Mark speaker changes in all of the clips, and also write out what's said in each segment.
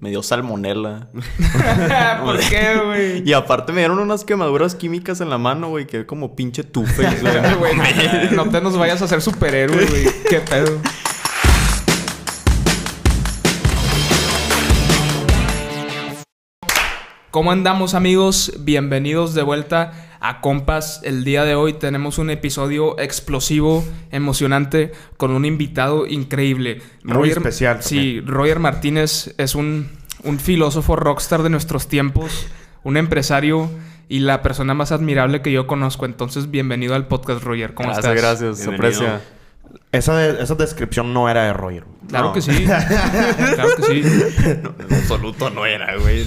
Speaker 1: Me dio salmonela.
Speaker 2: ¿Por qué, güey?
Speaker 1: Y aparte me dieron unas quemaduras químicas en la mano, güey, que como pinche tufe.
Speaker 2: Ay, güey, no te nos vayas a hacer superhéroe, güey. Qué pedo. ¿Cómo andamos, amigos? Bienvenidos de vuelta a Compas. El día de hoy tenemos un episodio explosivo, emocionante, con un invitado increíble.
Speaker 3: Muy especial
Speaker 2: Sí, Roger Martínez es un, un filósofo rockstar de nuestros tiempos, un empresario y la persona más admirable que yo conozco. Entonces, bienvenido al podcast, Roger. ¿Cómo
Speaker 1: Gracias,
Speaker 2: estás?
Speaker 1: gracias. Se
Speaker 4: Bienvenido.
Speaker 1: aprecia.
Speaker 3: Esa, de- esa descripción no era de Roger.
Speaker 2: Claro
Speaker 3: No.
Speaker 2: que sí. claro que sí.
Speaker 4: En absoluto no era, güey.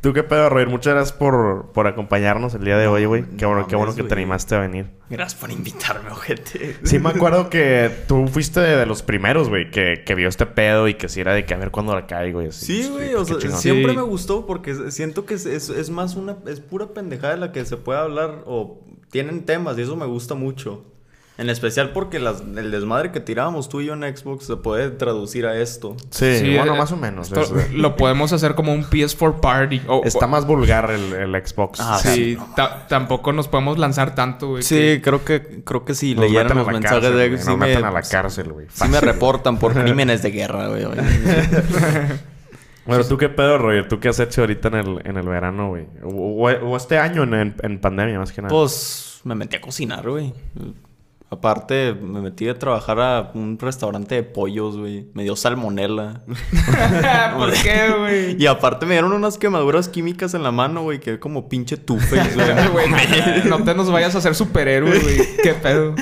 Speaker 3: ¿Tú qué pedo, Roger? Muchas gracias por, por acompañarnos el día de hoy, güey. Qué bueno,
Speaker 4: no
Speaker 3: qué bueno
Speaker 4: mames,
Speaker 3: que te
Speaker 4: güey.
Speaker 3: animaste a venir.
Speaker 4: Gracias por invitarme, ojete.
Speaker 3: Sí me acuerdo que tú fuiste de los primeros, güey, que, que vio este pedo y que sí era de que a ver cuándo la caigo y así.
Speaker 1: Sí, güey,
Speaker 3: qué
Speaker 1: o sea,
Speaker 3: chingón.
Speaker 1: siempre
Speaker 2: Sí.
Speaker 1: me gustó porque s- siento que es, es- es más una, es pura pendejada de la que se puede hablar o tienen temas y eso me gusta mucho. En especial porque las- el desmadre que tirábamos tú y yo en Xbox se puede traducir a esto.
Speaker 3: Sí, bueno,
Speaker 2: eh,
Speaker 3: más o menos.
Speaker 2: esto
Speaker 3: es-
Speaker 2: lo podemos hacer como un PS4 party. O-
Speaker 3: está
Speaker 2: o-
Speaker 3: más vulgar el, el Xbox.
Speaker 1: Ah,
Speaker 3: sí.
Speaker 2: Sí, ta- tampoco nos podemos lanzar tanto, güey.
Speaker 1: Sí,
Speaker 2: que-
Speaker 1: creo que, creo que si
Speaker 3: Nos
Speaker 1: leyeran
Speaker 3: meten a
Speaker 1: los
Speaker 3: la
Speaker 1: mensajes
Speaker 3: cárcel,
Speaker 1: de
Speaker 3: güey.
Speaker 1: sí
Speaker 3: Nos
Speaker 1: me- pues,
Speaker 3: meten a la cárcel, güey.
Speaker 1: Sí me reportan por crímenes de guerra, güey.
Speaker 3: Bueno, ¿tú qué pedo, Roger? ¿Tú qué has hecho ahorita en el, en el verano, güey? O, o- o este año en, en- en pandemia, más que nada.
Speaker 1: Pues me metí a cocinar, güey. Aparte, me metí a trabajar a un restaurante de pollos, güey. Me dio salmonela.
Speaker 2: Ah, ¿Por qué, güey?
Speaker 1: Y aparte me dieron unas quemaduras químicas en la mano, güey. Quedé como pinche tufe.
Speaker 2: Ay, güey, no te nos vayas a hacer superhéroe, güey. Qué pedo.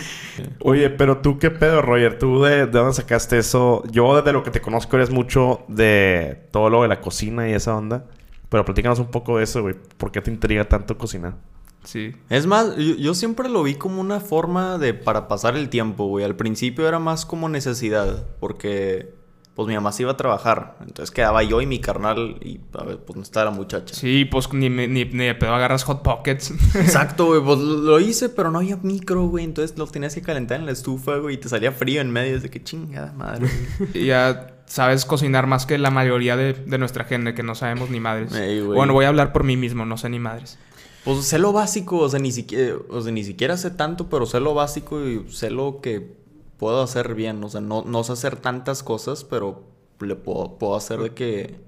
Speaker 3: Oye, pero tú qué pedo, Roger. ¿Tú de, de dónde sacaste eso? Yo desde lo que te conozco eres mucho de todo lo de la cocina y esa onda. Pero platícanos un poco de eso, güey. ¿Por qué te intriga tanto cocinar?
Speaker 2: Sí.
Speaker 1: Es más, yo, yo siempre lo vi como una forma de para pasar el tiempo, güey. Al principio era más como necesidad, porque pues mi mamá se iba a trabajar. Entonces quedaba yo y mi carnal y a ver, pues no estaba la muchacha.
Speaker 2: Sí, pues ni, me- ni, ni de pedo agarras Hot Pockets.
Speaker 1: Exacto, güey. Pues lo- lo hice, pero no había micro, güey. Entonces lo tenías que calentar en la estufa, güey. Y te salía frío en medio. Es de que chingada madre. güey".
Speaker 2: Y ya sabes cocinar más que la mayoría de, de nuestra gente que no sabemos ni madres.
Speaker 1: Ey, güey.
Speaker 2: bueno, voy a hablar por mí mismo, no sé ni madres.
Speaker 1: pues sé lo básico. O sea, ni siquiera, o sea, ni siquiera sé tanto, pero sé lo básico y sé lo que puedo hacer bien. O sea, no, no sé hacer tantas cosas, pero le puedo, puedo hacer de que.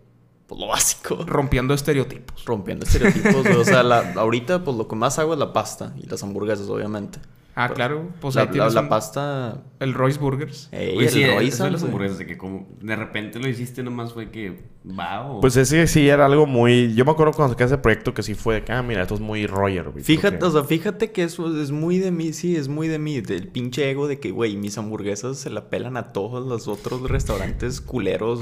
Speaker 1: Pues lo básico.
Speaker 2: Rompiendo estereotipos.
Speaker 1: Rompiendo estereotipos, güey. O sea, la- ahorita, pues lo que más hago es la pasta y las hamburguesas, obviamente.
Speaker 2: Ah,
Speaker 1: Pero-
Speaker 2: claro. Pues
Speaker 1: la,
Speaker 2: ahí
Speaker 1: la-
Speaker 2: tienes
Speaker 1: la Eh,
Speaker 2: un- eh,
Speaker 1: pasta.
Speaker 2: el Royce Burgers.
Speaker 1: Ey,
Speaker 4: Oye,
Speaker 1: el
Speaker 4: sí,
Speaker 1: Royce,
Speaker 4: eso de las
Speaker 1: güey.
Speaker 4: hamburguesas, de que como de repente lo hiciste nomás fue que va
Speaker 1: Oh.
Speaker 4: o...
Speaker 3: Pues ese sí era algo muy... Yo me acuerdo cuando saqué ese proyecto que sí fue de que... Ah, mira, esto es muy Roger, güey.
Speaker 1: Fíjate,
Speaker 3: porque-
Speaker 1: o sea, fíjate que eso es muy de mí, sí, es muy de mí, del pinche ego de que, güey, mis hamburguesas se la pelan a todos los otros restaurantes culeros.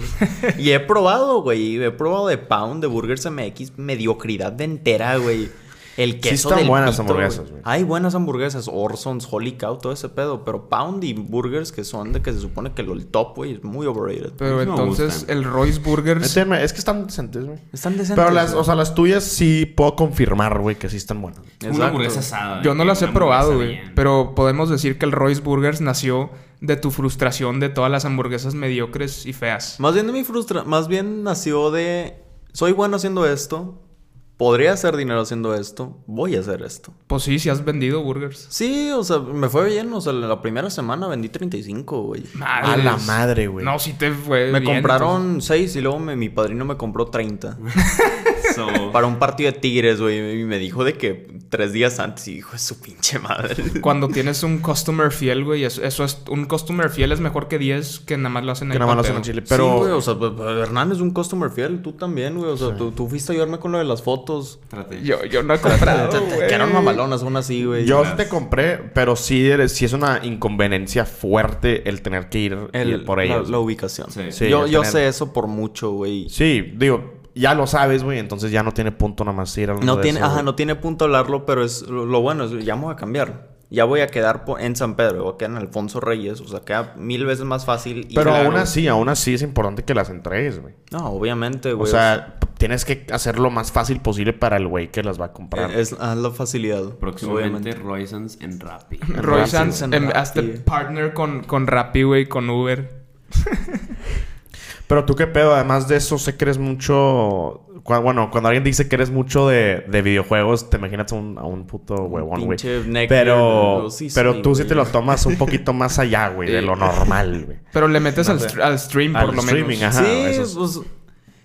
Speaker 1: Y he probado, güey, he probado de Pound, de Burgers MX, mediocridad de entera, güey. El queso
Speaker 3: están
Speaker 1: del
Speaker 3: buenas
Speaker 1: pito,
Speaker 3: hamburguesas,
Speaker 1: güey.
Speaker 3: güey.
Speaker 1: Hay buenas hamburguesas, Orsons, Holy Cow, todo ese pedo, pero Pound y Burgers que son de que se supone que lo, el top, güey, es muy overrated.
Speaker 2: Pero
Speaker 4: No me
Speaker 2: entonces
Speaker 4: gustan.
Speaker 2: el Royce Burgers.
Speaker 3: Entiéndeme, Es que están decentes, güey.
Speaker 1: Están decentes.
Speaker 3: Pero las...
Speaker 1: güey.
Speaker 3: O sea, las tuyas sí puedo confirmar, güey, que sí están buenas.
Speaker 1: Exacto.
Speaker 4: una hamburguesa asada. de
Speaker 2: Yo no
Speaker 4: que
Speaker 2: las he
Speaker 4: una
Speaker 2: probado,
Speaker 4: hamburguesa
Speaker 2: güey.
Speaker 4: bien.
Speaker 2: Pero podemos decir que el Royce Burgers nació de tu frustración de todas las hamburguesas mediocres y feas.
Speaker 1: Más bien de mi frustra... Más bien nació de... Soy bueno haciendo esto. Podría hacer dinero haciendo esto. Voy a hacer esto.
Speaker 2: Pues sí, si has vendido burgers.
Speaker 1: Sí, o sea, me fue bien. O sea, la primera semana vendí 35, güey. Ah,
Speaker 3: A la madre, güey.
Speaker 2: No, sí te fue.
Speaker 1: Me
Speaker 2: bien,
Speaker 1: compraron 6 y luego me- mi padrino me compró 30.
Speaker 4: So,
Speaker 1: para un partido de tigres, güey. Y me dijo de que tres días antes. Y dijo, es su pinche madre.
Speaker 2: entonces. Cuando tienes un customer fiel, güey, eso, eso es. Un customer fiel es mejor que 10 que nada más lo hacen
Speaker 3: Que
Speaker 2: ahí
Speaker 3: nada más lo
Speaker 2: pa'
Speaker 3: hacen
Speaker 2: pedo.
Speaker 3: en Chile.
Speaker 1: Pero... güey.
Speaker 3: Pero...
Speaker 1: O sea, Hernán es un customer fiel. Tú también, güey. O sea, tú, tú fuiste a ayudarme con lo de las fotos.
Speaker 4: traté.
Speaker 2: Yo, yo no he comprado.
Speaker 1: Te- te-
Speaker 2: güey.
Speaker 1: Que eran mamalonas aún así, güey.
Speaker 3: Yo sí te compré, pero sí, eres- sí es una inconveniencia fuerte el tener que ir
Speaker 1: El-
Speaker 3: ir por
Speaker 1: la-
Speaker 3: ellos.
Speaker 1: La, ubicación.
Speaker 4: Sí.
Speaker 3: Sí,
Speaker 1: yo
Speaker 3: el
Speaker 1: yo
Speaker 3: tener-
Speaker 1: sé eso por mucho, güey.
Speaker 3: Sí, digo, ya lo sabes, güey, entonces ya no tiene punto nada más ir a
Speaker 1: No tiene, ajá, no tiene punto hablarlo, pero es lo, lo bueno es ya me voy a cambiar. Ya voy a quedar po- en San Pedro, voy a quedar en Alfonso Reyes, o sea, queda mil veces más fácil. ir,
Speaker 3: Pero aún
Speaker 1: claro.
Speaker 3: así, aún así es importante que las entregues, güey.
Speaker 1: No, obviamente,
Speaker 3: O
Speaker 1: güey.
Speaker 3: sea, tienes que hacer lo más fácil posible para el güey que las va a comprar.
Speaker 1: es, es- ah, la facilidad.
Speaker 4: Próximamente
Speaker 1: obviamente.
Speaker 4: Roysons en Rappi.
Speaker 2: Royce
Speaker 3: Rappi,
Speaker 2: Sands,
Speaker 1: güey.
Speaker 2: em, hazte
Speaker 1: Rappi.
Speaker 2: partner con, con Rappi, güey, con Uber.
Speaker 3: Pero tú qué pedo, además de eso, sé que eres mucho. cua- bueno, cuando alguien dice que eres mucho de, de videojuegos, te imaginas a un, a un puto huevón, güey.
Speaker 1: pinche neckbeard,
Speaker 3: Pero,
Speaker 1: nerviosísimo,
Speaker 3: pero tú sí te lo
Speaker 1: güey.
Speaker 3: tomas un poquito más allá, güey, de lo normal, güey.
Speaker 2: Pero le metes al, str- al stream, por
Speaker 3: Al
Speaker 2: lo
Speaker 3: streaming,
Speaker 2: menos.
Speaker 3: ajá.
Speaker 1: sí,
Speaker 3: eso es-
Speaker 1: pues.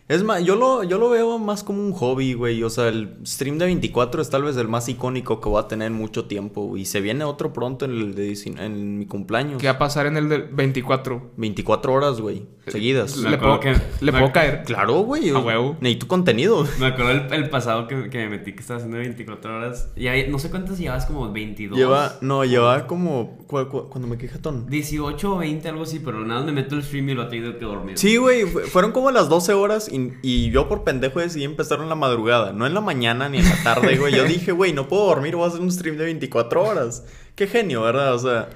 Speaker 1: Es más, yo lo, yo lo veo más como un hobby, güey. O sea, el stream de 24 es tal vez el más icónico que voy a tener en mucho tiempo. güey. Y se viene otro pronto en, el de 19 en mi cumpleaños.
Speaker 2: ¿Qué va a pasar en el del 24?
Speaker 1: 24 horas, güey. Seguidas.
Speaker 4: Me
Speaker 2: Le
Speaker 4: acuerdo
Speaker 2: puedo,
Speaker 4: que-
Speaker 2: le
Speaker 4: me
Speaker 2: puedo
Speaker 4: ac-
Speaker 2: caer.
Speaker 1: Claro, güey.
Speaker 2: A huevo.
Speaker 1: Necesito contenido.
Speaker 4: Me acuerdo el, el pasado que, que me metí que estaba haciendo 24 horas. Y ahí- no sé cuántas llevabas, como 22.
Speaker 1: Lleva, no, lleva como. cu- cu- cuando me quejé ton.
Speaker 4: 18 o 20, algo así, pero nada, me meto el stream y lo tengo que dormir.
Speaker 1: Sí, güey, fu- fueron como las 12 horas y, y yo por pendejo decidí empezar en la madrugada, no en la mañana ni en la tarde, güey. Yo dije, güey, no puedo dormir, voy a hacer un stream de 24 horas. Qué genio, ¿verdad? O sea,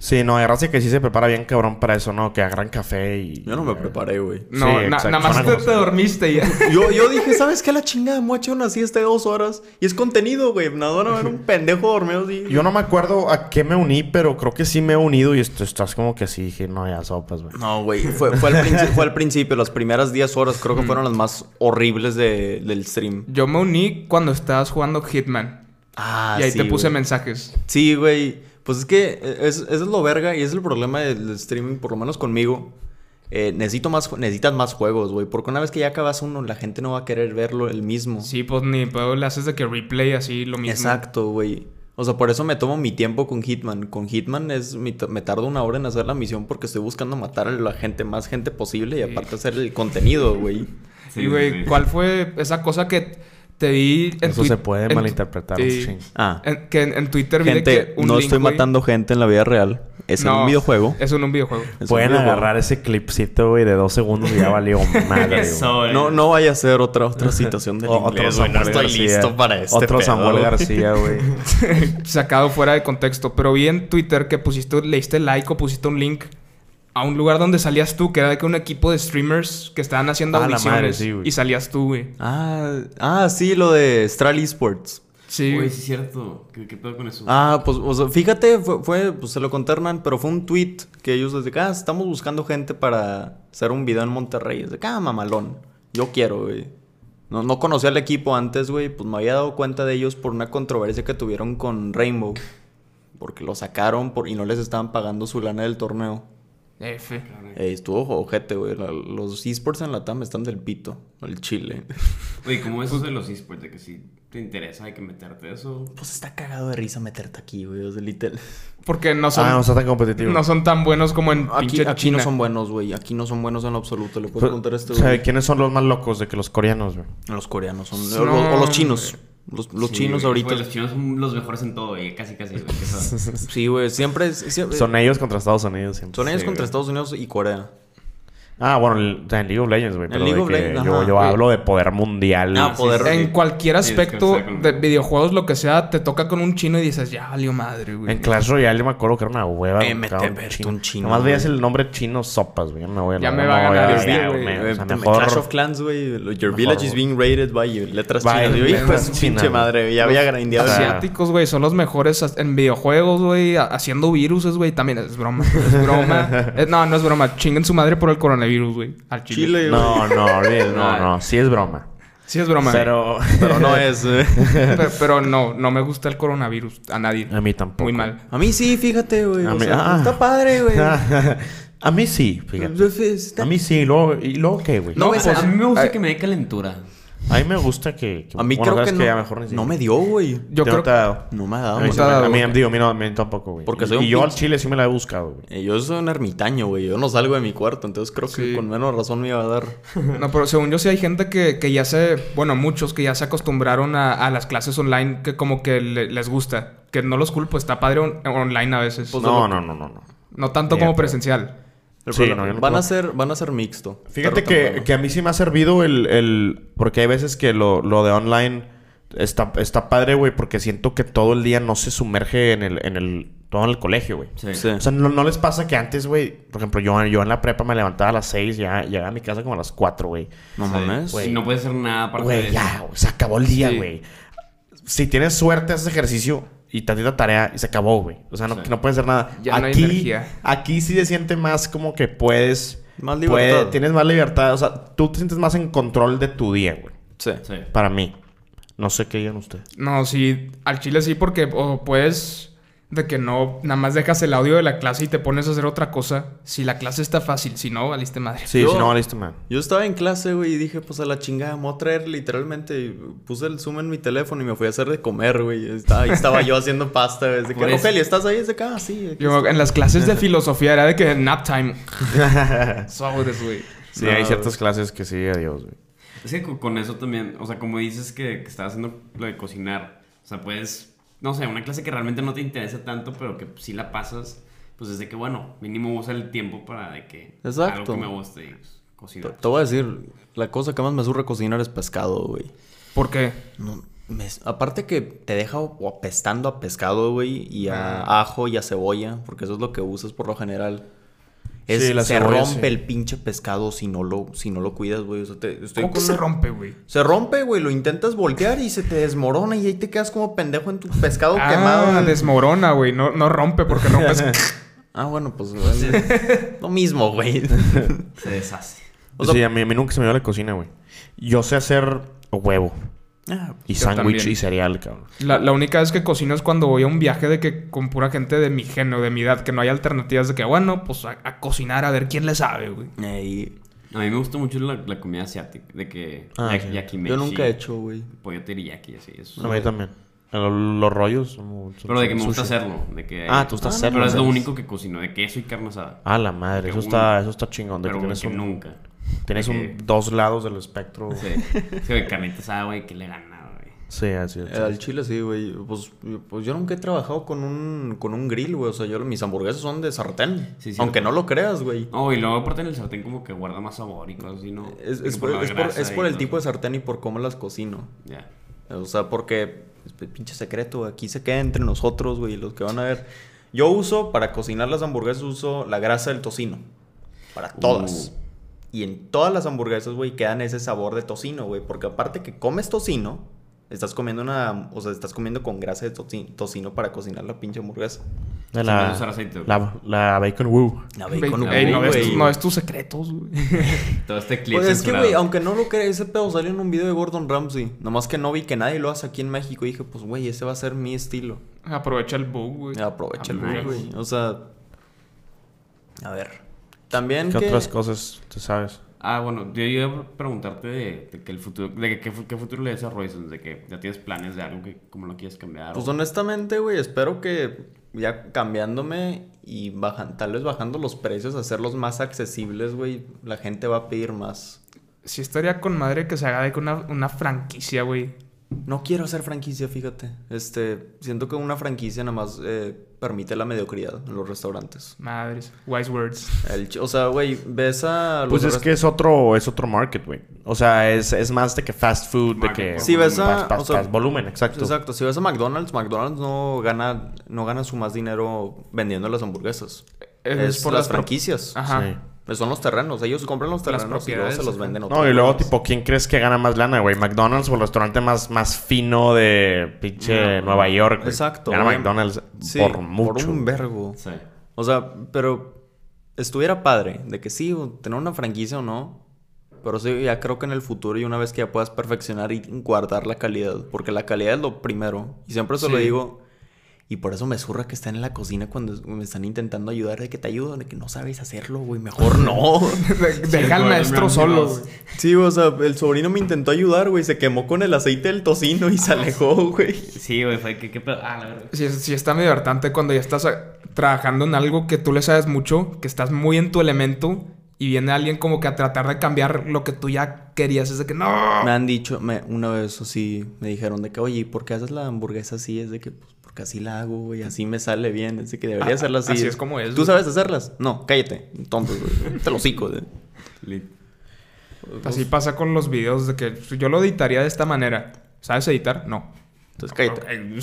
Speaker 3: Sí, no, hay raza que sí se prepara bien cabrón para eso, ¿no? Que agarran café y.
Speaker 1: yo no me preparé, güey.
Speaker 2: No,
Speaker 3: Sí,
Speaker 2: na-
Speaker 3: exacto.
Speaker 2: nada más
Speaker 3: Suena
Speaker 2: te,
Speaker 3: como-
Speaker 2: te dormiste y ya.
Speaker 1: Yo, yo dije, ¿sabes qué? La chingada, me voy a echar una siesta de dos horas. Y es contenido, güey. Nada, van a ver un pendejo dormido así.
Speaker 3: Yo no me acuerdo a qué me uní, pero creo que sí me he unido y est- estás como que así, dije, no, ya sopas, güey.
Speaker 1: No, güey. Fue, fue, al principio, fue al principio, las primeras 10 horas creo que fueron las más horribles de- del stream.
Speaker 2: Yo me uní cuando estabas jugando Hitman.
Speaker 1: Ah,
Speaker 2: y ahí te
Speaker 1: sí,
Speaker 2: puse
Speaker 1: güey.
Speaker 2: mensajes.
Speaker 1: Sí, güey. Pues es que eh, es, eso es lo verga y es el problema del streaming, por lo menos conmigo. Eh, necesito más, ju- necesitas más juegos, güey. Porque una vez que ya acabas uno, la gente no va a querer verlo el mismo.
Speaker 2: Sí, pues ni pedo le haces de que replay así lo mismo.
Speaker 1: Exacto, güey. O sea, por eso me tomo mi tiempo con Hitman. Con Hitman es mi t- me tardo una hora en hacer la misión porque estoy buscando matar a la gente, más gente posible y aparte hacer el contenido, güey.
Speaker 4: Sí,
Speaker 2: Y güey,
Speaker 4: sí.
Speaker 2: ¿cuál fue esa cosa que te vi en
Speaker 3: Eso se
Speaker 2: Twi-
Speaker 3: puede
Speaker 2: en-
Speaker 3: malinterpretar,
Speaker 2: Sí.
Speaker 3: ching.
Speaker 1: Ah,
Speaker 2: En- que en, en Twitter vi de
Speaker 1: gente,
Speaker 2: que un
Speaker 1: no
Speaker 2: link,
Speaker 1: estoy
Speaker 2: güey-
Speaker 1: matando gente en la vida real. Es en
Speaker 2: No,
Speaker 1: un videojuego.
Speaker 2: Es en un videojuego.
Speaker 1: Es un
Speaker 3: Pueden
Speaker 1: videojuego.
Speaker 3: agarrar ese clipcito, güey, de dos segundos y ya valió madre, güey.
Speaker 4: Eso,
Speaker 1: No,
Speaker 4: eh.
Speaker 1: no vaya a ser otra, otra citación del
Speaker 3: O- otro
Speaker 1: inglés, güey. No
Speaker 3: Samuel
Speaker 1: estoy
Speaker 3: García.
Speaker 1: listo para este
Speaker 3: Otro
Speaker 1: pedo,
Speaker 3: Samuel
Speaker 1: güey.
Speaker 3: García, güey.
Speaker 2: Sacado fuera de contexto. Pero vi en Twitter que pusiste, le diste like o pusiste un link a un lugar donde salías tú, que era de que un equipo de streamers que estaban haciendo
Speaker 3: Ah, la madre,
Speaker 2: audiciones.
Speaker 3: sí, güey.
Speaker 2: y salías tú, güey.
Speaker 1: Ah, ah, sí, lo de Stral Esports.
Speaker 2: Sí.
Speaker 4: Güey, sí es cierto. ¿Qué, qué pedo con eso?
Speaker 1: Ah, pues, o sea, fíjate, fue, fue- pues se lo conté a Hernán, pero fue un tweet que ellos desde acá, ah, estamos buscando gente para hacer un video en Monterrey. Desde acá, "Ah, mamalón. Yo quiero, güey. No, no conocía al equipo antes, güey. Pues me había dado cuenta de ellos por una controversia que tuvieron con Rainbow. Porque lo sacaron por, y no les estaban pagando su lana del torneo.
Speaker 2: F.
Speaker 1: Eh, estuvo ojete, güey. La- los esports en la TAM están del pito. El chile.
Speaker 4: Güey, ¿cómo
Speaker 2: Pues
Speaker 4: es eso de los esports? De que si te interesa hay que meterte eso.
Speaker 1: Pues está cagado de risa meterte aquí, güey. O sea, literal.
Speaker 2: Porque no son,
Speaker 3: Ah, no, está tan competitivo.
Speaker 2: no son tan buenos como en
Speaker 1: Aquí,
Speaker 2: pinche
Speaker 1: aquí
Speaker 2: China.
Speaker 1: no son buenos, güey. Aquí no son buenos en lo absoluto. Le puedes
Speaker 3: Pero,
Speaker 1: contar a este,
Speaker 3: o sea,
Speaker 1: güey.
Speaker 3: ¿quiénes son los más locos de que los coreanos, güey?
Speaker 1: Los coreanos son.
Speaker 2: No,
Speaker 1: o, los, o los chinos.
Speaker 2: güey.
Speaker 1: Los, los
Speaker 4: Sí,
Speaker 1: chinos
Speaker 4: güey,
Speaker 1: ahorita.
Speaker 4: güey, los chinos son los mejores en todo, güey. Casi, casi. güey, qué pedo.
Speaker 1: Sí, güey. Siempre. es- siempre-
Speaker 3: Son ellos contra Estados Unidos siempre.
Speaker 1: son ellos
Speaker 3: Sí,
Speaker 1: contra
Speaker 3: güey.
Speaker 1: Estados Unidos y Corea.
Speaker 3: Ah, bueno, el- o sea, en League of Legends, güey.
Speaker 1: En
Speaker 3: Pero
Speaker 1: League
Speaker 3: de
Speaker 1: of
Speaker 3: que
Speaker 1: Legends,
Speaker 3: yo,
Speaker 1: ajá,
Speaker 3: yo
Speaker 1: güey.
Speaker 3: hablo de poder mundial.
Speaker 1: Ah,
Speaker 3: güey.
Speaker 1: poder-
Speaker 4: sí, sí.
Speaker 2: En cualquier
Speaker 4: Sí, es que
Speaker 2: aspecto
Speaker 4: está con-
Speaker 2: de videojuegos, lo que sea, te toca con un chino y dices, ya valió madre, güey.
Speaker 3: En Clash Royale yo me acuerdo que era una hueva.
Speaker 1: Eh,
Speaker 3: me
Speaker 1: mete
Speaker 3: cago en
Speaker 1: verte un chino,
Speaker 3: Nomás veías
Speaker 1: güey.
Speaker 3: el nombre chino sopas, güey. Ya me voy a la-
Speaker 2: Ya me
Speaker 3: no
Speaker 2: va a
Speaker 3: voy
Speaker 2: ganar
Speaker 3: ver,
Speaker 2: este,
Speaker 3: ya,
Speaker 2: güey.
Speaker 3: me-
Speaker 1: Eh,
Speaker 3: o sea,
Speaker 1: te-
Speaker 3: mejor-
Speaker 1: Clash of Clans, güey. lo- Your village is being raided by letras
Speaker 3: By
Speaker 1: chinas. Yo, hijo de
Speaker 3: letras
Speaker 1: su pinche
Speaker 3: chinas.
Speaker 1: madre. Ya había grandeado.
Speaker 3: O sea,
Speaker 2: Asiáticos, güey, son los mejores as- en videojuegos, güey, ha- haciendo viruses, güey. También es broma, es broma. Eh, no, no es broma. Chinguen su madre por el coronavirus, güey. Al chile.
Speaker 1: Chile, güey.
Speaker 3: No, no, olvídalo, no,
Speaker 4: Ah.
Speaker 3: no. Sí es broma.
Speaker 2: Sí es broma. Pero...
Speaker 3: Pero...
Speaker 1: Pero no es. eh.
Speaker 2: pero, no, no me gusta el coronavirus. A nadie.
Speaker 3: A mí tampoco.
Speaker 2: Muy mal.
Speaker 1: A mí sí, fíjate, güey.
Speaker 3: A
Speaker 1: o
Speaker 3: mí-
Speaker 1: sea,
Speaker 3: ah.
Speaker 1: Está padre, güey. Pues,
Speaker 3: a mí sí, fíjate.
Speaker 1: Está-
Speaker 3: A mí sí. ¿Y luego, y luego qué, güey?
Speaker 1: No,
Speaker 4: No, güey,
Speaker 1: pues,
Speaker 4: a mí me gusta
Speaker 2: ay.
Speaker 4: que me dé calentura.
Speaker 3: A mí me gusta que... que-
Speaker 1: A mí
Speaker 3: bueno,
Speaker 1: creo
Speaker 3: sabes
Speaker 1: que no.
Speaker 3: ya mejor ni
Speaker 1: no
Speaker 3: siquiera.
Speaker 1: me dio, güey.
Speaker 2: Yo
Speaker 3: Te
Speaker 2: creo
Speaker 3: no te ha dado.
Speaker 1: No me ha
Speaker 3: A
Speaker 1: dado,
Speaker 3: mí,
Speaker 1: güey.
Speaker 3: sí me-
Speaker 2: dado,
Speaker 3: a mí,
Speaker 2: güey.
Speaker 3: digo, a mí no, a mí tampoco, güey.
Speaker 1: Porque
Speaker 3: y,
Speaker 1: soy un
Speaker 3: y yo al
Speaker 1: pinche-
Speaker 3: chile sí me la he buscado, güey.
Speaker 1: Eh, Yo soy un ermitaño, güey. Yo no salgo de mi cuarto, entonces creo que
Speaker 2: Sí.
Speaker 1: con menos razón me iba a dar.
Speaker 2: No, pero según yo sí hay gente que, que ya se... Bueno, muchos que ya se acostumbraron a, a las clases online que como que le- les gusta. Que no los culpo. Está padre on- online a veces.
Speaker 1: Pues,
Speaker 3: no,
Speaker 1: lo-
Speaker 3: no, no, no, no.
Speaker 2: no tanto
Speaker 3: Ya,
Speaker 2: como
Speaker 3: pero-
Speaker 2: presencial.
Speaker 1: El
Speaker 3: Sí,
Speaker 1: problema-
Speaker 3: no, yo no
Speaker 1: van, a
Speaker 3: puedo.
Speaker 1: ser, van a ser mixto.
Speaker 3: Fíjate
Speaker 1: tarde o
Speaker 3: que,
Speaker 1: temprano.
Speaker 3: que a mí sí me ha servido el... el porque hay veces que lo, lo de online está, está padre, güey. Porque siento que todo el día no se sumerge en el... En el todo en el colegio, güey.
Speaker 4: Sí.
Speaker 1: Sí.
Speaker 3: O sea, no, no les pasa que antes, güey... Por ejemplo, yo, yo en la prepa me levantaba a las 6. Ya llegaba a mi casa como a las 4, güey.
Speaker 1: No
Speaker 4: Sí.
Speaker 1: mames.
Speaker 4: Y no puedes hacer nada aparte de
Speaker 3: Güey,
Speaker 4: eso.
Speaker 3: ya, güey, se acabó el día,
Speaker 2: Sí.
Speaker 3: güey. Si tienes suerte, haces ejercicio y tantita tarea y se acabó, güey. O sea, no,
Speaker 4: Sí.
Speaker 3: no puedes hacer nada.
Speaker 2: Ya no hay
Speaker 3: aquí,
Speaker 2: energía.
Speaker 3: aquí sí se siente más como que puedes
Speaker 1: Más
Speaker 3: Puede-
Speaker 1: libertad.
Speaker 3: tienes más libertad. O sea, tú te sientes más en control de tu día, güey.
Speaker 1: Sí.
Speaker 4: Sí.
Speaker 3: Para mí. No sé qué digan ustedes.
Speaker 2: No, sí, al chile sí, porque o puedes de que no, nada más dejas el audio de la clase y te pones a hacer otra cosa. Si la clase está fácil, si no, valiste madre.
Speaker 3: Sí,
Speaker 1: Yo-
Speaker 3: si no, listo, man.
Speaker 1: Yo estaba en clase, güey, y dije, pues a la chingada, me voy a traer literalmente. y Puse el Zoom en mi teléfono y me fui a hacer de comer, güey. Estaba, ahí estaba yo haciendo pasta, güey. Es de que,
Speaker 4: Por eso.
Speaker 1: Rogelio, ¿estás ahí? Es de que, ah, sí. aquí
Speaker 2: Yo,
Speaker 1: estoy".
Speaker 2: en las clases de filosofía era de que nap time. Sobres, güey.
Speaker 3: Sí,
Speaker 1: No,
Speaker 3: hay ciertas clases que sí, adiós, güey.
Speaker 4: Es que co- con eso también, o sea, como dices que, que estabas haciendo lo de cocinar, o sea, puedes, no sé, una clase que realmente no te interesa tanto, pero que si la pasas, pues es de que, bueno, mínimo usa el tiempo para de que
Speaker 1: Exacto.
Speaker 4: algo que me guste y pues,
Speaker 1: Te,
Speaker 4: cocinar.
Speaker 1: te voy a decir, la cosa que más me surre cocinar es pescado, güey.
Speaker 2: ¿Por qué?
Speaker 1: No, me- aparte que te deja o apestando a pescado, güey, y a
Speaker 2: Ah.
Speaker 1: ajo y a cebolla, porque eso es lo que usas por lo general. Es,
Speaker 3: Sí, la
Speaker 1: se
Speaker 3: cebolla,
Speaker 1: rompe
Speaker 3: sí.
Speaker 1: el pinche pescado si no lo, si no lo cuidas, güey. O sea, te- estoy
Speaker 2: ¿Cómo que
Speaker 1: con
Speaker 2: se
Speaker 1: una-
Speaker 2: rompe, güey?
Speaker 1: Se rompe, güey, lo intentas voltear y se te desmorona y ahí te quedas como pendejo en tu pescado
Speaker 2: Ah,
Speaker 1: quemado.
Speaker 2: desmorona, güey. No, no rompe porque rompes.
Speaker 1: Ah, bueno, pues güey, lo mismo, güey.
Speaker 4: Se deshace.
Speaker 1: O sea-
Speaker 3: sí, a mí, a mí nunca se me dio la cocina, güey. Yo sé hacer huevo
Speaker 1: Ah,
Speaker 3: y
Speaker 2: Yo
Speaker 3: sándwich
Speaker 2: también.
Speaker 3: y cereal, cabrón.
Speaker 2: La, la única vez que cocino es cuando voy a un viaje de que con pura gente de mi género, de mi edad, que no hay alternativas de que, bueno, pues a, a cocinar a ver quién le sabe, güey.
Speaker 1: ahí-
Speaker 4: A mí me gusta mucho la, la comida asiática, de que
Speaker 3: Ah,
Speaker 4: yak-
Speaker 3: sí.
Speaker 4: yakimeshi,
Speaker 1: yo nunca he hecho, güey.
Speaker 4: pollo teriyaki, así, eso.
Speaker 3: A mí también. Lo- Los rollos. como-
Speaker 4: Pero de que me gusta
Speaker 3: sushi.
Speaker 4: hacerlo, de que...
Speaker 3: Ah, te gusta hacerlo,
Speaker 4: Pero es lo
Speaker 3: haces.
Speaker 4: único que cocino, de queso y carne asada.
Speaker 3: Ah, la madre.
Speaker 4: Que
Speaker 3: Eso
Speaker 4: uno.
Speaker 3: está, eso está chingón. De
Speaker 4: pero
Speaker 3: que
Speaker 4: güey,
Speaker 3: tienes
Speaker 4: que
Speaker 3: un,
Speaker 4: nunca.
Speaker 3: tienes
Speaker 4: de
Speaker 3: un,
Speaker 4: que-
Speaker 3: dos lados del espectro.
Speaker 4: Sí.
Speaker 3: Sí,
Speaker 4: Es que carne asada, güey, que le gana, güey.
Speaker 3: así es.
Speaker 1: Eh, Al chile sí, güey. Pues, pues yo nunca he trabajado con un, con un grill, güey. O sea, yo mis hamburguesas son de sartén.
Speaker 4: Sí, sí.
Speaker 1: Aunque no lo creas, güey.
Speaker 4: No, y luego aparte en el sartén como que guarda más sabor y cosas así, ¿no?
Speaker 1: Es,
Speaker 4: Digo,
Speaker 1: es por,
Speaker 4: la
Speaker 1: es por-
Speaker 4: grasa
Speaker 1: es
Speaker 4: y
Speaker 1: por el
Speaker 4: todo
Speaker 1: tipo de
Speaker 4: eso.
Speaker 1: sartén y por cómo las cocino.
Speaker 4: Ya.
Speaker 1: O sea, porque es p- pinche secreto, aquí se queda entre nosotros, güey, los que van a ver. Yo uso, para cocinar las hamburguesas, uso la grasa del tocino. Para todas.
Speaker 4: Uh.
Speaker 1: Y en todas las hamburguesas, güey, quedan ese sabor de tocino, güey. Porque aparte que comes tocino, estás comiendo una... O sea, estás comiendo con grasa de toci- tocino para cocinar la pinche hamburguesa.
Speaker 3: De
Speaker 4: Se me
Speaker 3: la,
Speaker 4: hace usar aceite, güey.
Speaker 3: la, la bacon woo.
Speaker 1: La
Speaker 2: Bacon,
Speaker 1: bacon,
Speaker 2: ey, no,
Speaker 1: güey.
Speaker 2: ves, tus- no ves tus secretos, güey.
Speaker 4: Todo este clip
Speaker 1: Pues es que,
Speaker 4: censurado.
Speaker 1: güey, aunque no lo creas, ese pedo salió en un video de Gordon Ramsay. Nomás que no vi que nadie lo hace aquí en México. Y dije, pues, güey, ese va a ser mi estilo.
Speaker 2: Aprovecha el bug, güey.
Speaker 1: Aprovecha el
Speaker 4: Ah,
Speaker 1: bug,
Speaker 4: nice.
Speaker 1: güey. O sea. A ver. También.
Speaker 3: ¿Qué
Speaker 1: que-
Speaker 3: otras cosas te sabes?
Speaker 4: Ah, bueno, yo iba a preguntarte de, de que el futuro... De que, qué fu- qué futuro le des a Royson, de que ya tienes planes de algo que como lo quieres cambiar.
Speaker 1: Pues
Speaker 4: o-
Speaker 1: honestamente, güey, espero que ya cambiándome y bajan, tal vez bajando los precios, hacerlos más accesibles, güey, la gente va a pedir más.
Speaker 2: Sí estaría con madre que se haga de que una, una franquicia, güey.
Speaker 1: No quiero hacer franquicia, fíjate. Este, siento que una franquicia nada más eh, permite la mediocridad en los restaurantes.
Speaker 2: Madres. Wise words.
Speaker 1: El ch- o sea, güey, ves a los
Speaker 3: Pues es
Speaker 1: rest-
Speaker 3: que es otro, es otro market, güey. O sea, es, es más de que fast food, de
Speaker 4: Market.
Speaker 3: que...
Speaker 1: Sí, ves a-
Speaker 3: pas- pas-
Speaker 1: o sea- pues,
Speaker 3: pas- volumen, exacto.
Speaker 1: Exacto, si vas a McDonald's, McDonald's no gana, no gana su más dinero vendiendo las hamburguesas.
Speaker 2: Es
Speaker 1: Es,
Speaker 2: por
Speaker 1: por
Speaker 2: las
Speaker 1: las franquicias.
Speaker 2: Ajá.
Speaker 3: Sí.
Speaker 1: Pues Son los terrenos, ellos compran los
Speaker 2: Las
Speaker 1: terrenos y luego se
Speaker 2: propiedades,
Speaker 1: los
Speaker 2: ajá.
Speaker 1: venden a
Speaker 3: No,
Speaker 1: otros
Speaker 3: y luego,
Speaker 1: lugares.
Speaker 3: tipo, ¿quién crees que gana más lana, güey? ¿McDonald's o el restaurante más, más fino de pinche Nueva York? güey?
Speaker 1: Exacto,
Speaker 3: Gana
Speaker 1: güey.
Speaker 3: McDonald's
Speaker 1: Sí,
Speaker 3: por mucho.
Speaker 1: Por un vergo.
Speaker 4: Sí.
Speaker 1: O sea, pero estuviera padre de que sí, o tener una franquicia o no. Pero sí, ya creo que en el futuro y una vez que ya puedas perfeccionar y guardar la calidad. Porque la calidad es lo primero. Y siempre se lo
Speaker 2: Sí.
Speaker 1: digo. Y por eso me surra que están en la cocina cuando me están intentando ayudar de que te ayudo, de que no sabes hacerlo, güey. Mejor no.
Speaker 2: De- Deja al
Speaker 4: Gordon
Speaker 2: maestro
Speaker 4: Ramsay
Speaker 2: solo,
Speaker 4: dos.
Speaker 2: güey.
Speaker 1: Sí, o sea, el sobrino me intentó ayudar, güey. Se quemó con el aceite del tocino y se alejó, güey.
Speaker 4: Sí, güey, fue que... que pedo? Ah, la verdad.
Speaker 2: Sí, es- sí está medio hartante cuando ya estás ah, trabajando en algo que tú le sabes mucho, que estás muy en tu elemento y viene alguien como que a tratar de cambiar lo que tú ya querías. Es de que no.
Speaker 1: Me han dicho, me- una vez así, me dijeron de que, oye, ¿y ¿por qué haces la hamburguesa así? Es de que, pues, porque así la hago, güey, así me sale bien, es de que debería
Speaker 2: Ah,
Speaker 1: hacerla así.
Speaker 2: así es como es,
Speaker 1: ¿Tú
Speaker 2: güey.
Speaker 1: sabes hacerlas? No, cállate, tonto, güey, te lo cico, güey.
Speaker 4: Lit.
Speaker 2: Así pasa con los videos de que yo lo editaría de esta manera. ¿Sabes editar? No.
Speaker 1: Entonces, cállate.
Speaker 2: Eh,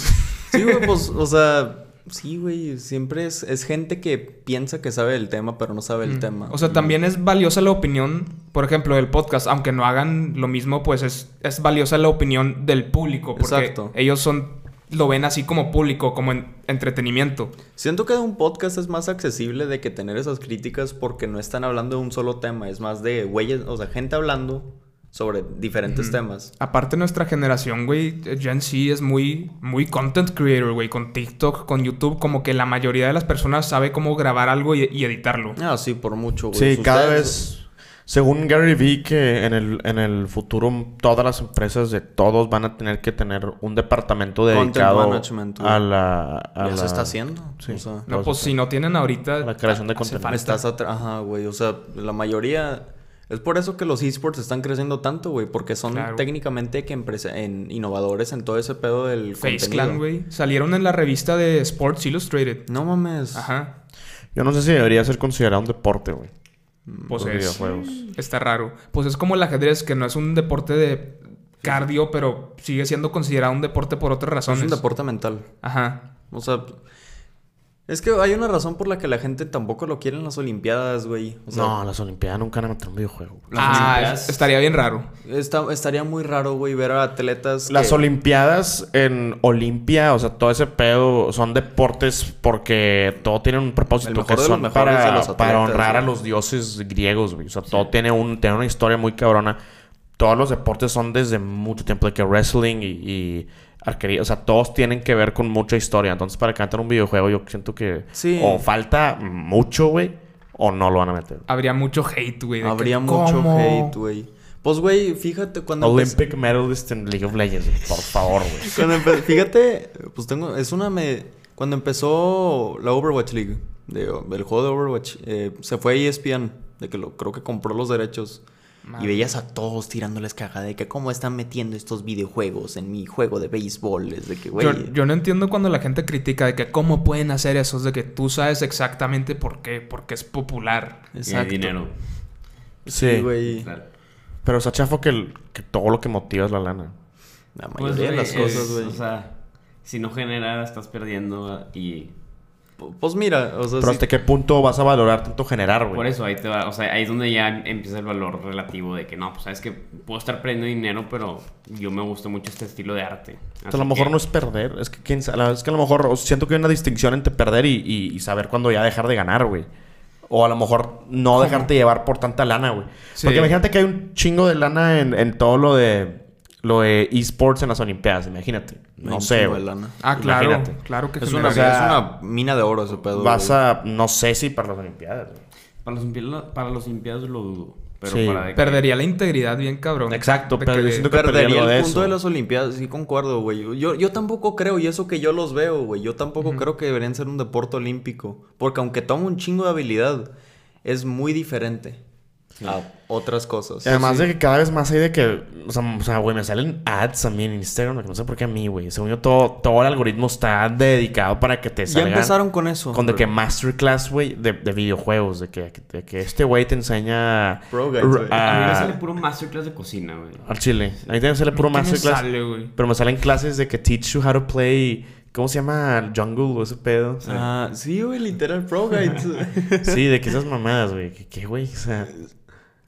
Speaker 1: Sí, güey, pues, o sea, sí, güey, siempre es, es gente que piensa que sabe del tema, pero no sabe el tema.
Speaker 2: Mm. O sea, también es valiosa la opinión, por ejemplo, del podcast. Aunque no hagan lo mismo, pues es, es valiosa la opinión del público. Porque
Speaker 1: Exacto.
Speaker 2: ellos son lo ven así como público, como en- entretenimiento.
Speaker 1: Siento que un podcast es más accesible de que tener esas críticas porque no están hablando de un solo tema, es más de güeyes, o sea, gente hablando sobre diferentes temas.
Speaker 2: Aparte nuestra generación, güey, Gen Z es muy, muy content creator, güey, con TikTok, con YouTube, como que la mayoría de las personas sabe cómo grabar algo y, y editarlo.
Speaker 1: Ah, sí, por mucho, güey.
Speaker 3: Sí,
Speaker 1: Sus-
Speaker 3: cada
Speaker 1: ustedes-
Speaker 3: vez. Según Gary Vee, que en el, en el futuro todas las empresas de todos van a tener que tener un departamento
Speaker 1: Content
Speaker 3: dedicado
Speaker 1: management, güey.
Speaker 3: a la. A
Speaker 1: Ya se
Speaker 3: la-
Speaker 1: está haciendo.
Speaker 3: Sí.
Speaker 1: O sea,
Speaker 2: No,
Speaker 3: Pues,
Speaker 2: pues si no tienen ahorita...
Speaker 3: La creación de
Speaker 2: hace
Speaker 3: contenido.
Speaker 2: falta.
Speaker 1: estás atrás. Ajá, güey. O sea, la mayoría. Es por eso que los esports están creciendo tanto, güey. Porque son
Speaker 2: Claro.
Speaker 1: técnicamente que empresa- en innovadores en todo ese pedo del
Speaker 2: Face
Speaker 1: contenido.
Speaker 2: Clan, güey. Salieron en la revista de Sports Illustrated.
Speaker 1: No mames.
Speaker 2: Ajá.
Speaker 3: Yo no sé si debería ser considerado un deporte, güey.
Speaker 2: Pues
Speaker 3: los
Speaker 2: es-
Speaker 3: videojuegos.
Speaker 2: Está raro. Pues es como el ajedrez, que no es un deporte de cardio, pero sigue siendo considerado un deporte por otras
Speaker 1: Es
Speaker 2: razones.
Speaker 1: un deporte mental.
Speaker 2: Ajá.
Speaker 1: O sea, es que hay una razón por la que la gente tampoco lo quiere en las Olimpiadas, güey. O sea,
Speaker 3: no, las Olimpiadas nunca van a meter un videojuego. güey.
Speaker 4: Las
Speaker 2: ah,
Speaker 4: Olimpiadas-
Speaker 2: estaría bien raro.
Speaker 1: está- estaría muy raro, güey, ver a atletas.
Speaker 3: Las
Speaker 1: que-
Speaker 3: Olimpiadas en Olimpia, o sea, todo ese pedo son deportes porque todo tiene un
Speaker 1: El
Speaker 3: propósito
Speaker 1: mejor
Speaker 3: que
Speaker 1: de los
Speaker 3: son
Speaker 1: mejores
Speaker 3: para,
Speaker 1: de los atletas,
Speaker 3: para honrar a
Speaker 1: güey.
Speaker 3: los dioses griegos, güey. O sea, todo tiene, un, tiene una historia muy cabrona. Todos los deportes son desde mucho tiempo, de que wrestling y, y arquería, o sea, todos tienen que ver con mucha historia. Entonces, para cantar un videojuego, yo siento que
Speaker 1: Sí.
Speaker 3: o falta mucho, güey, o no lo van a meter.
Speaker 2: Habría mucho hate, güey. de que,
Speaker 1: Habría mucho
Speaker 2: ¿cómo?
Speaker 1: hate, güey. Pues, güey, fíjate cuando. empecé-
Speaker 3: Olympic medalist en League of Legends, güey. por favor, güey.
Speaker 1: Cuando empe- fíjate, pues tengo, es una me- cuando empezó la Overwatch League, de, el juego de Overwatch, eh, se fue a ESPN, de que lo, creo que compró los derechos. Y veías a todos tirándoles cagada de que cómo están metiendo estos videojuegos en mi juego de béisbol, es de que güey.
Speaker 2: Yo, yo no entiendo cuando la gente critica de que cómo pueden hacer eso, es de que tú sabes exactamente por qué, porque es popular.
Speaker 4: Y hay eh, dinero.
Speaker 1: Sí, güey.
Speaker 4: Claro.
Speaker 3: Pero está chafo que, el- que todo lo que motiva es la lana.
Speaker 1: La mayoría
Speaker 4: Pues,
Speaker 1: de
Speaker 4: güey,
Speaker 1: las
Speaker 4: es-
Speaker 1: cosas, güey.
Speaker 4: O sea, si no genera, estás perdiendo y...
Speaker 1: P- pues mira, o sea,
Speaker 3: Pero
Speaker 1: sí-
Speaker 3: hasta qué punto vas a valorar tanto generar, güey.
Speaker 4: Por eso ahí te va, o sea, ahí es donde ya empieza el valor relativo de que no, pues sabes que puedo estar perdiendo dinero, pero yo me gusta mucho este estilo de arte.
Speaker 3: O
Speaker 4: Así
Speaker 3: sea, a lo mejor
Speaker 4: que-
Speaker 3: no es perder. Es que, quién sa- la- es que a lo mejor o sea, siento que hay una distinción entre perder y, y- y saber cuándo ya dejar de ganar, güey. O a lo mejor no dejarte llevar por tanta lana, güey.
Speaker 2: Sí.
Speaker 3: Porque imagínate que hay un chingo de lana en, en todo lo de lo de esports en las Olimpiadas, imagínate. No
Speaker 1: un
Speaker 3: sé.
Speaker 1: chingo de
Speaker 3: güey.
Speaker 1: lana.
Speaker 2: Ah, claro.
Speaker 3: Imagínate.
Speaker 2: Claro que
Speaker 1: es
Speaker 2: genera
Speaker 1: una,
Speaker 3: o sea,
Speaker 1: es una mina de oro ese pedo.
Speaker 3: Vas
Speaker 1: güey.
Speaker 3: a, no sé si para las Olimpiadas. güey.
Speaker 4: Para los, impia- para los Olimpiadas lo dudo. Pero
Speaker 3: Sí.
Speaker 4: para de que-
Speaker 2: Perdería la integridad bien cabrón.
Speaker 3: Exacto,
Speaker 2: De
Speaker 3: pero yo
Speaker 2: que-
Speaker 3: siento que perdería
Speaker 1: Perdería
Speaker 3: lo
Speaker 1: el
Speaker 3: de
Speaker 1: punto
Speaker 3: eso.
Speaker 1: de las Olimpiadas, sí concuerdo, güey. Yo, yo tampoco creo, y eso que yo los veo, güey. Yo tampoco creo que deberían ser un deporte olímpico. Porque aunque toma un chingo de habilidad, es muy diferente a otras cosas.
Speaker 3: Y además de que cada vez más hay de que, o sea, o sea, güey, me salen ads a mí en Instagram, que no sé por qué a mí, güey. Según yo, todo, todo el algoritmo está dedicado para que te
Speaker 1: ya
Speaker 3: salgan.
Speaker 1: empezaron con eso.
Speaker 3: Con de que masterclass, güey, de, de videojuegos, de que, de que este güey te enseña
Speaker 1: Pro Guides, güey.
Speaker 4: A mí me
Speaker 3: a-
Speaker 4: sale puro masterclass de cocina, güey.
Speaker 3: al chile. Ahí te sale puro
Speaker 2: ¿Qué me
Speaker 3: masterclass.
Speaker 2: sale, güey?
Speaker 3: Pero me salen clases de que teach you how to play, ¿cómo se llama? Jungle o ese pedo.
Speaker 1: Ah, sí, güey, literal Pro Guides.
Speaker 3: Sí, de que esas mamadas, güey. Que que, güey, o sea,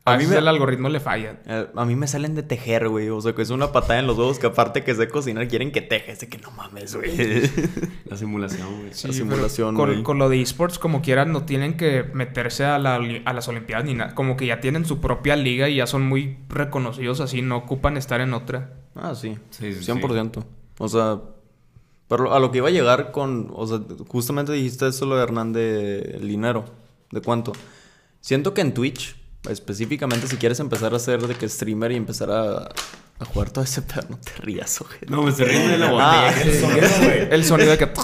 Speaker 2: A,
Speaker 1: A mí
Speaker 2: veces
Speaker 1: me-
Speaker 2: el algoritmo le falla.
Speaker 1: Eh, A mí me salen de tejer, güey. O sea, que es una patada en los huevos que aparte que sé cocinar, quieren que tejes. De que no mames, güey.
Speaker 4: La simulación, güey.
Speaker 1: La simulación,
Speaker 2: pero con,
Speaker 1: güey.
Speaker 2: con lo de esports, como quieran, no tienen que meterse a, la oli- a las Olimpiadas ni nada. Como que ya tienen su propia liga y ya son muy reconocidos así, no ocupan estar en otra.
Speaker 1: Ah, sí.
Speaker 4: Sí, sí,
Speaker 1: 100%. O sea, pero a lo que iba a llegar con, o sea, justamente dijiste eso lo de Hernán de el dinero, de cuánto. Siento que en Twitch, específicamente si quieres empezar a ser de que streamer y empezar a, a jugar todo ese pedo, no te rías, ojete.
Speaker 4: No, me estoy riendo de la
Speaker 1: Ah,
Speaker 4: botella. que
Speaker 1: sí.
Speaker 2: El sonido de que...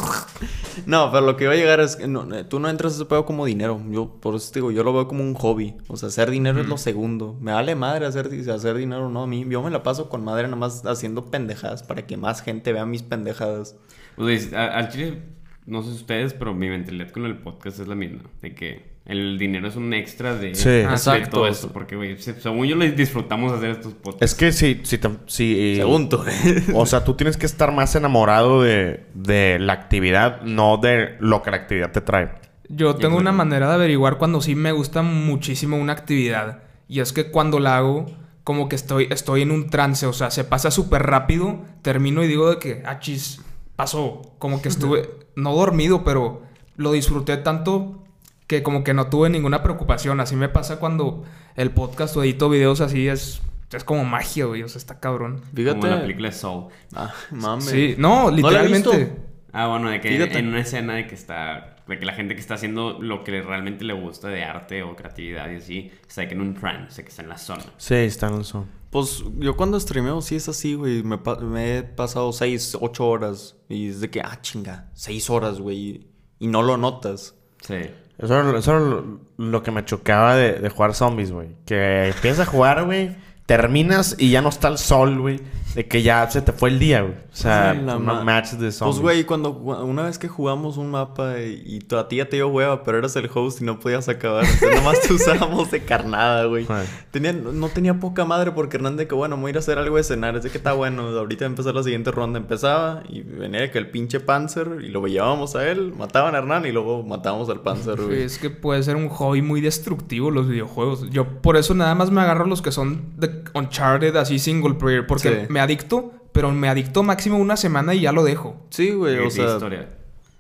Speaker 1: No, pero lo que iba a llegar es que no, eh, tú no entras a ese pedo como dinero. Yo, por eso te digo, yo lo veo como un hobby. O sea, hacer dinero es lo segundo. Me vale madre hacer, di- hacer dinero, no a mí. Yo me la paso con madre nomás haciendo pendejadas para que más gente vea mis pendejadas.
Speaker 4: Pues, güey, a- al chile, no sé ustedes, pero mi mentalidad con el podcast es la misma. De que el dinero es un extra de,
Speaker 3: Sí,
Speaker 4: de
Speaker 1: exacto.
Speaker 4: todo esto. Porque, güey, se- según yo, les disfrutamos hacer estos podcasts.
Speaker 3: es que si, si, te- si
Speaker 1: Según tú. ¿eh?
Speaker 3: O sea, tú tienes que estar más enamorado de, de la actividad, no de lo que la actividad te trae.
Speaker 2: Yo tengo una manera de averiguar cuando sí me gusta muchísimo una actividad. Y es que cuando la hago, como que estoy, estoy en un trance. O sea, se pasa súper rápido, termino y digo de que, ah, chis, pasó. Como que estuve, no dormido, pero lo disfruté tanto que como que no tuve ninguna preocupación. Así me pasa cuando el podcast o edito videos así, es, es como magia, güey. O sea, está cabrón.
Speaker 4: Como la
Speaker 1: Fíjate.
Speaker 4: película de Soul.
Speaker 1: Ah, mames.
Speaker 2: Sí, no,
Speaker 1: ¿No la he visto?
Speaker 2: literalmente.
Speaker 4: Ah, bueno, de que
Speaker 1: Fíjate.
Speaker 4: en una escena de que está. De que la gente que está haciendo lo que le- realmente le gusta de arte o creatividad y así, está de que en un trance, de que está en la zona.
Speaker 3: Sí, está en un son.
Speaker 1: Pues yo cuando streameo sí es así, güey. Me, pa- me he pasado 6, 8 horas. Y es de que, ah, chinga, 6 horas, güey. Y no lo notas.
Speaker 4: Sí.
Speaker 3: Eso era, eso era lo, lo que me chocaba de, de jugar zombies, güey. Que empiezas a jugar, güey. Terminas y ya no está el sol, güey. De que ya se te fue el día, güey. O sea,
Speaker 1: Sí, la
Speaker 3: unos
Speaker 1: ma-
Speaker 3: matches de zombies.
Speaker 1: Pues, güey, cuando una vez que jugamos un mapa y tú- a ti ya te dio hueva, pero eras el host y no podías acabar. Entonces, nomás te usábamos de carnada, güey.
Speaker 3: Ajá.
Speaker 1: Tenía, no tenía poca madre porque Hernán de que, bueno, me voy a ir a hacer algo de cenar. Es de que está bueno. Ahorita empezar la siguiente ronda. Empezaba y venía que el pinche Panzer y lo llevábamos a él. Mataban a Hernán y luego matábamos al Panzer,
Speaker 2: Sí,
Speaker 1: güey.
Speaker 2: es que puede ser un hobby muy destructivo los videojuegos. Yo por eso nada más me agarro los que son de Uncharted, así single player, porque
Speaker 1: Sí.
Speaker 2: me adicto, pero me adicto máximo una semana y ya lo dejo.
Speaker 1: Sí, güey,
Speaker 4: Esa
Speaker 1: o sea,
Speaker 4: historia.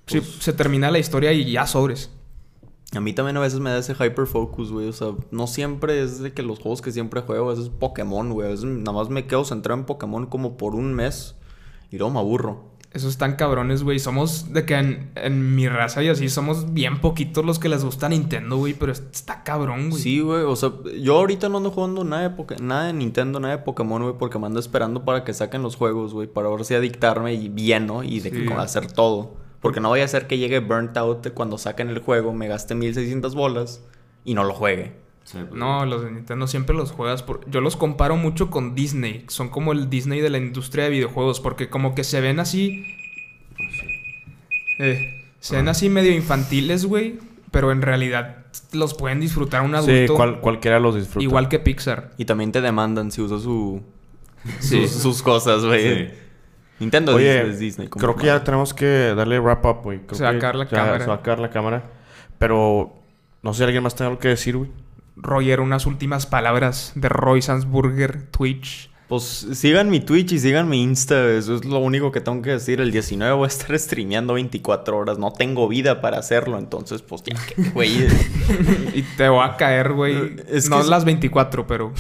Speaker 2: Sí,
Speaker 1: Pues
Speaker 2: se termina la historia y ya sobres.
Speaker 1: a mí también a veces me da ese hyperfocus, güey, o sea, no siempre es de que los juegos que siempre juego, a veces Pokémon, güey, a veces nada más me quedo centrado en Pokémon como por un mes y luego me aburro.
Speaker 2: Esos están cabrones, güey. Somos de que en, en mi raza y así somos bien poquitos los que les gusta Nintendo, güey. Pero est- está cabrón, güey.
Speaker 1: Sí, güey, o sea, yo ahorita no ando jugando nada de, Poké- nada de Nintendo, nada de Pokémon, güey, porque me ando esperando para que saquen los juegos, güey, para ver si adictarme y bien, ¿no? Y de que
Speaker 2: Sí.
Speaker 1: como hacer todo. Porque no vaya a ser que llegue burnt out cuando saquen el juego, me gaste 1600 bolas y no lo juegue.
Speaker 4: Sí, pues,
Speaker 2: No, los de Nintendo siempre los juegas por... Yo los comparo mucho con Disney. Son como el Disney de la industria de videojuegos. Porque como que se ven así... Eh, se ven así medio infantiles, güey. Pero en realidad los pueden disfrutar un
Speaker 3: Sí,
Speaker 2: adulto.
Speaker 3: cual- cualquiera los disfruta.
Speaker 2: igual que Pixar.
Speaker 1: Y también te demandan si usas su,
Speaker 2: Sí.
Speaker 1: sus, sus cosas, güey.
Speaker 4: Sí.
Speaker 1: Nintendo
Speaker 3: Oye,
Speaker 1: es Disney. como
Speaker 3: creo que ya tenemos que darle wrap up, güey. Creo
Speaker 2: Sacar
Speaker 3: que
Speaker 2: la
Speaker 3: ya-
Speaker 2: cámara.
Speaker 3: Sacar la cámara. Pero no sé si alguien más tiene algo que decir, güey.
Speaker 2: Roger, unas últimas palabras de Roy Sandsburger, Twitch.
Speaker 1: Pues sigan mi Twitch y sigan mi Insta. Eso es lo único que tengo que decir. El 19 voy a estar streameando 24 horas. No tengo vida para hacerlo. Entonces, pues ya, que, güey.
Speaker 2: Y te va a caer, güey.
Speaker 1: Es
Speaker 2: no
Speaker 1: que-
Speaker 2: las 24, pero...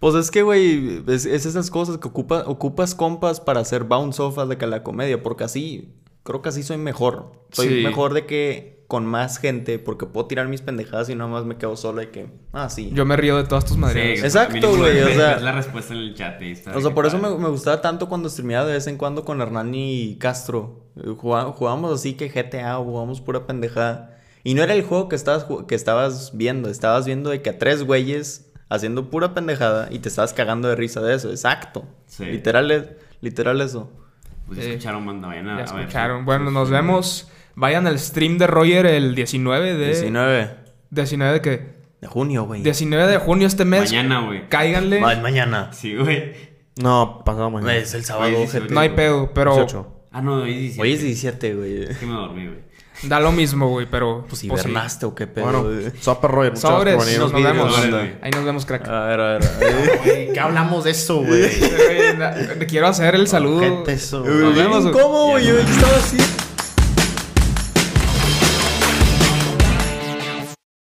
Speaker 1: Pues es que, güey, es, es esas cosas que ocupa, ocupas compas para hacer bounce off de que la comedia. Porque así, creo que así soy mejor. Soy
Speaker 2: Sí.
Speaker 1: mejor de que con más gente. Porque puedo tirar mis pendejadas y nada más me quedo solo y que, ah, sí.
Speaker 2: Yo me río de todas tus
Speaker 4: Sí,
Speaker 2: madres.
Speaker 4: pues,
Speaker 1: Exacto,
Speaker 4: mínimo
Speaker 1: güey, o
Speaker 4: ves-
Speaker 1: sea-
Speaker 4: ves la respuesta en el chat y está.
Speaker 1: O sea, por eso me,
Speaker 4: gusta.
Speaker 1: me gustaba tanto cuando streameaba de vez en cuando con Hernán y Castro. Eh, juga- Jugábamos así que GTA, jugábamos pura pendejada. Y no era el juego que estabas, ju- que estabas viendo, estabas viendo de que a tres güeyes haciendo pura pendejada y te estabas cagando de risa de eso, exacto.
Speaker 4: Sí.
Speaker 1: Literal, es- literal eso.
Speaker 4: Pues ya
Speaker 2: Sí.
Speaker 4: escucharon, banda, vayan
Speaker 2: Ya
Speaker 4: a- a ver
Speaker 2: escucharon.
Speaker 4: sus-
Speaker 2: Bueno,
Speaker 4: sus-
Speaker 2: nos vemos. Vayan al stream de Roger el 19 de... 19.
Speaker 1: 19
Speaker 2: de qué?
Speaker 1: de junio, güey.
Speaker 2: 19 de junio este mes.
Speaker 4: Mañana, güey.
Speaker 2: Cáiganle.
Speaker 1: Ma- mañana.
Speaker 4: Sí, güey.
Speaker 3: No, pasado mañana.
Speaker 1: Es el sábado,
Speaker 4: Oye,
Speaker 1: ojete.
Speaker 4: dieciocho.
Speaker 2: No hay pedo, pero
Speaker 3: 18.
Speaker 4: Ah, no, hoy es 17.
Speaker 1: Hoy es 17, güey.
Speaker 4: Es que me dormí, güey.
Speaker 2: da lo mismo, güey, pero...
Speaker 1: Pues
Speaker 2: sí.
Speaker 1: hibernaste o qué pedo. güey.
Speaker 3: Bueno, sopa Roger. Muchas gracias por
Speaker 2: Sobres,
Speaker 3: venir.
Speaker 2: nos
Speaker 1: Vidrios,
Speaker 2: vemos.
Speaker 4: banda.
Speaker 2: Ahí nos vemos, crack.
Speaker 1: A ver, a ver. A ver.
Speaker 3: Güey, ¿Qué hablamos de eso, güey?
Speaker 2: Quiero hacer el saludo.
Speaker 3: Gente, eso.
Speaker 1: Bien
Speaker 2: Nos vemos.
Speaker 1: incómodo, güey. Yo yo estaba así.